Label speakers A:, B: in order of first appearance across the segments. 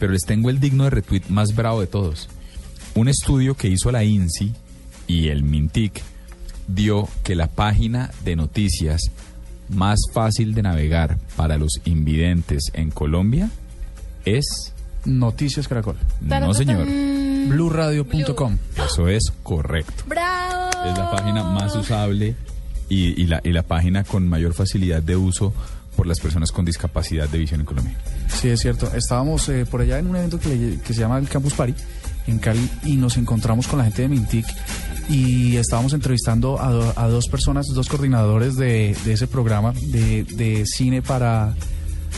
A: Pero les tengo el digno de retweet más bravo de todos. Un estudio que hizo la INSI y el MINTIC dio que la página de noticias más fácil de navegar para los invidentes en Colombia es...
B: Noticias Caracol.
A: No, señor. Mm,
B: Blueradio.com.
A: Eso es correcto.
C: ¡Bravo!
A: Es la página más usable y, y la, y la página con mayor facilidad de uso por las personas con discapacidad de visión en Colombia.
B: Sí, es cierto. Estábamos eh, por allá en un evento que, le- que se llama el Campus Party en Cali y nos encontramos con la gente de Mintic y estábamos entrevistando a, do- a dos personas, dos coordinadores de, de ese programa de, de cine para,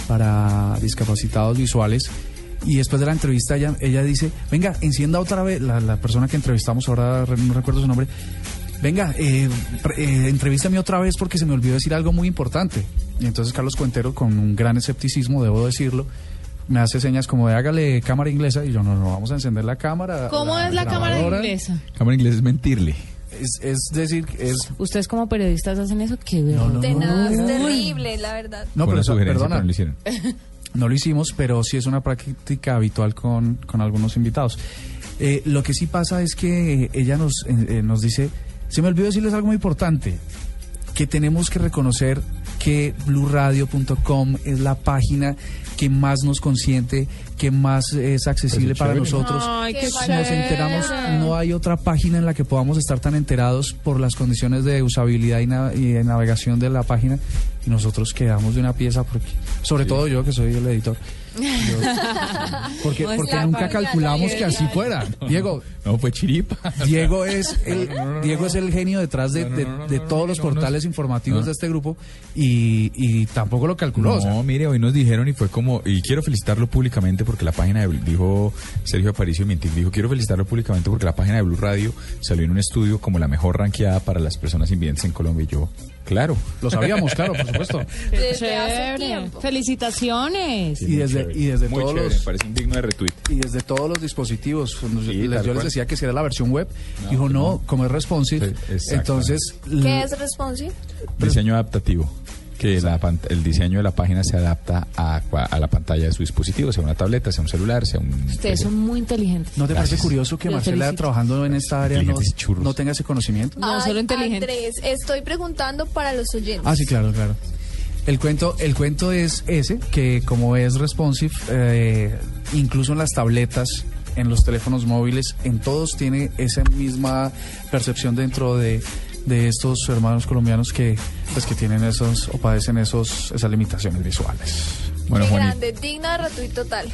B: para discapacitados visuales. Y después de la entrevista ella, ella dice, venga, encienda otra vez, la, la persona que entrevistamos ahora re- no recuerdo su nombre, venga, eh, pre- eh, entrevístame otra vez porque se me olvidó decir algo muy importante. Y entonces Carlos Cuentero, con un gran escepticismo, debo decirlo, me hace señas como de hágale cámara inglesa y yo no, no vamos a encender la cámara.
D: ¿Cómo es la cámara
B: grabadora".
D: inglesa?
A: Cámara inglés es mentirle.
B: Es, es decir, es...
D: Ustedes como periodistas hacen eso, qué
B: No, no, no,
C: Es
B: no.
C: terrible, la verdad.
B: No,
A: Fue
B: pero
A: una
B: eso-
A: sugerencia,
B: perdona.
A: pero no lo hicieron.
B: No lo hicimos, pero sí es una práctica habitual con, con algunos invitados. Eh, lo que sí pasa es que eh, ella nos, eh, eh, nos dice, se me olvidó decirles algo muy importante, que tenemos que reconocer que bluradio.com es la página que más nos consiente, que más es accesible
A: Pues es
B: para
A: chévere.
B: nosotros.
D: Ay, qué
B: Nos
D: chévere.
B: enteramos, no hay otra página en la que podamos estar tan enterados por las condiciones de usabilidad y, na- y de navegación de la página. Y nosotros quedamos de una pieza, porque, sobre todo yo que soy el editor. Yo- porque
D: No es
B: porque
D: la
B: nunca
D: página,
B: calculamos
D: no,
B: que así fuera. Diego,
A: No, fue chiripa.
B: Diego es el,
A: No, no, no, no,
B: Diego
A: no.
B: es el genio detrás de,
A: No, no,
B: de-
A: no, no,
B: de
A: no,
B: todos
A: no,
B: los
A: no, no.
B: portales informativos
A: No.
B: de este grupo y, y tampoco lo calculó. o sea,
A: No, mire, hoy nos dijeron y fue como, y quiero felicitarlo públicamente porque la página de, Blu- dijo Sergio Aparicio Mintic, dijo, quiero felicitarlo públicamente porque la página de Blue Radio salió en un estudio como la mejor ranqueada para las personas invidentes en Colombia. Y yo, claro.
B: lo sabíamos, claro, por supuesto.
C: Desde hace tiempo.
D: Felicitaciones.
B: Y desde, y desde
A: Muy
B: todos
A: chévere,
B: los
A: me parece un digno de retweet.
B: y desde todos los dispositivos. Nos-
A: Sí,
B: les-
A: tal
B: yo les
A: cual.
B: decía que si era la versión web, dijo
A: que
B: no,
A: no.
B: como es responsive,
A: Sí, exactamente.
B: entonces
C: ¿Qué es responsive?
A: Diseño adaptativo. Que la pan- el diseño de la página se adapta a, cua- a la pantalla de su dispositivo, sea una tableta, sea un celular, sea un...
D: Ustedes son muy inteligentes.
B: ¿no te parece
A: Gracias.
B: curioso que
D: Los
B: Marcela
D: felicito.
B: trabajando en esta área no,
A: Inteligentes churros.
B: no tenga ese conocimiento?
D: No,
C: Ay,
D: solo inteligente.
C: Andrés, estoy preguntando para los oyentes.
B: Ah, sí, claro, claro. El cuento, el cuento es ese, que como es responsive, eh, incluso en las tabletas, en los teléfonos móviles, en todos tiene esa misma percepción dentro de, de estos hermanos colombianos que, pues, que tienen esos o padecen esos, esas limitaciones visuales.
A: Bueno,
C: Qué
A: Juanita.
C: grande, digna de retweet total.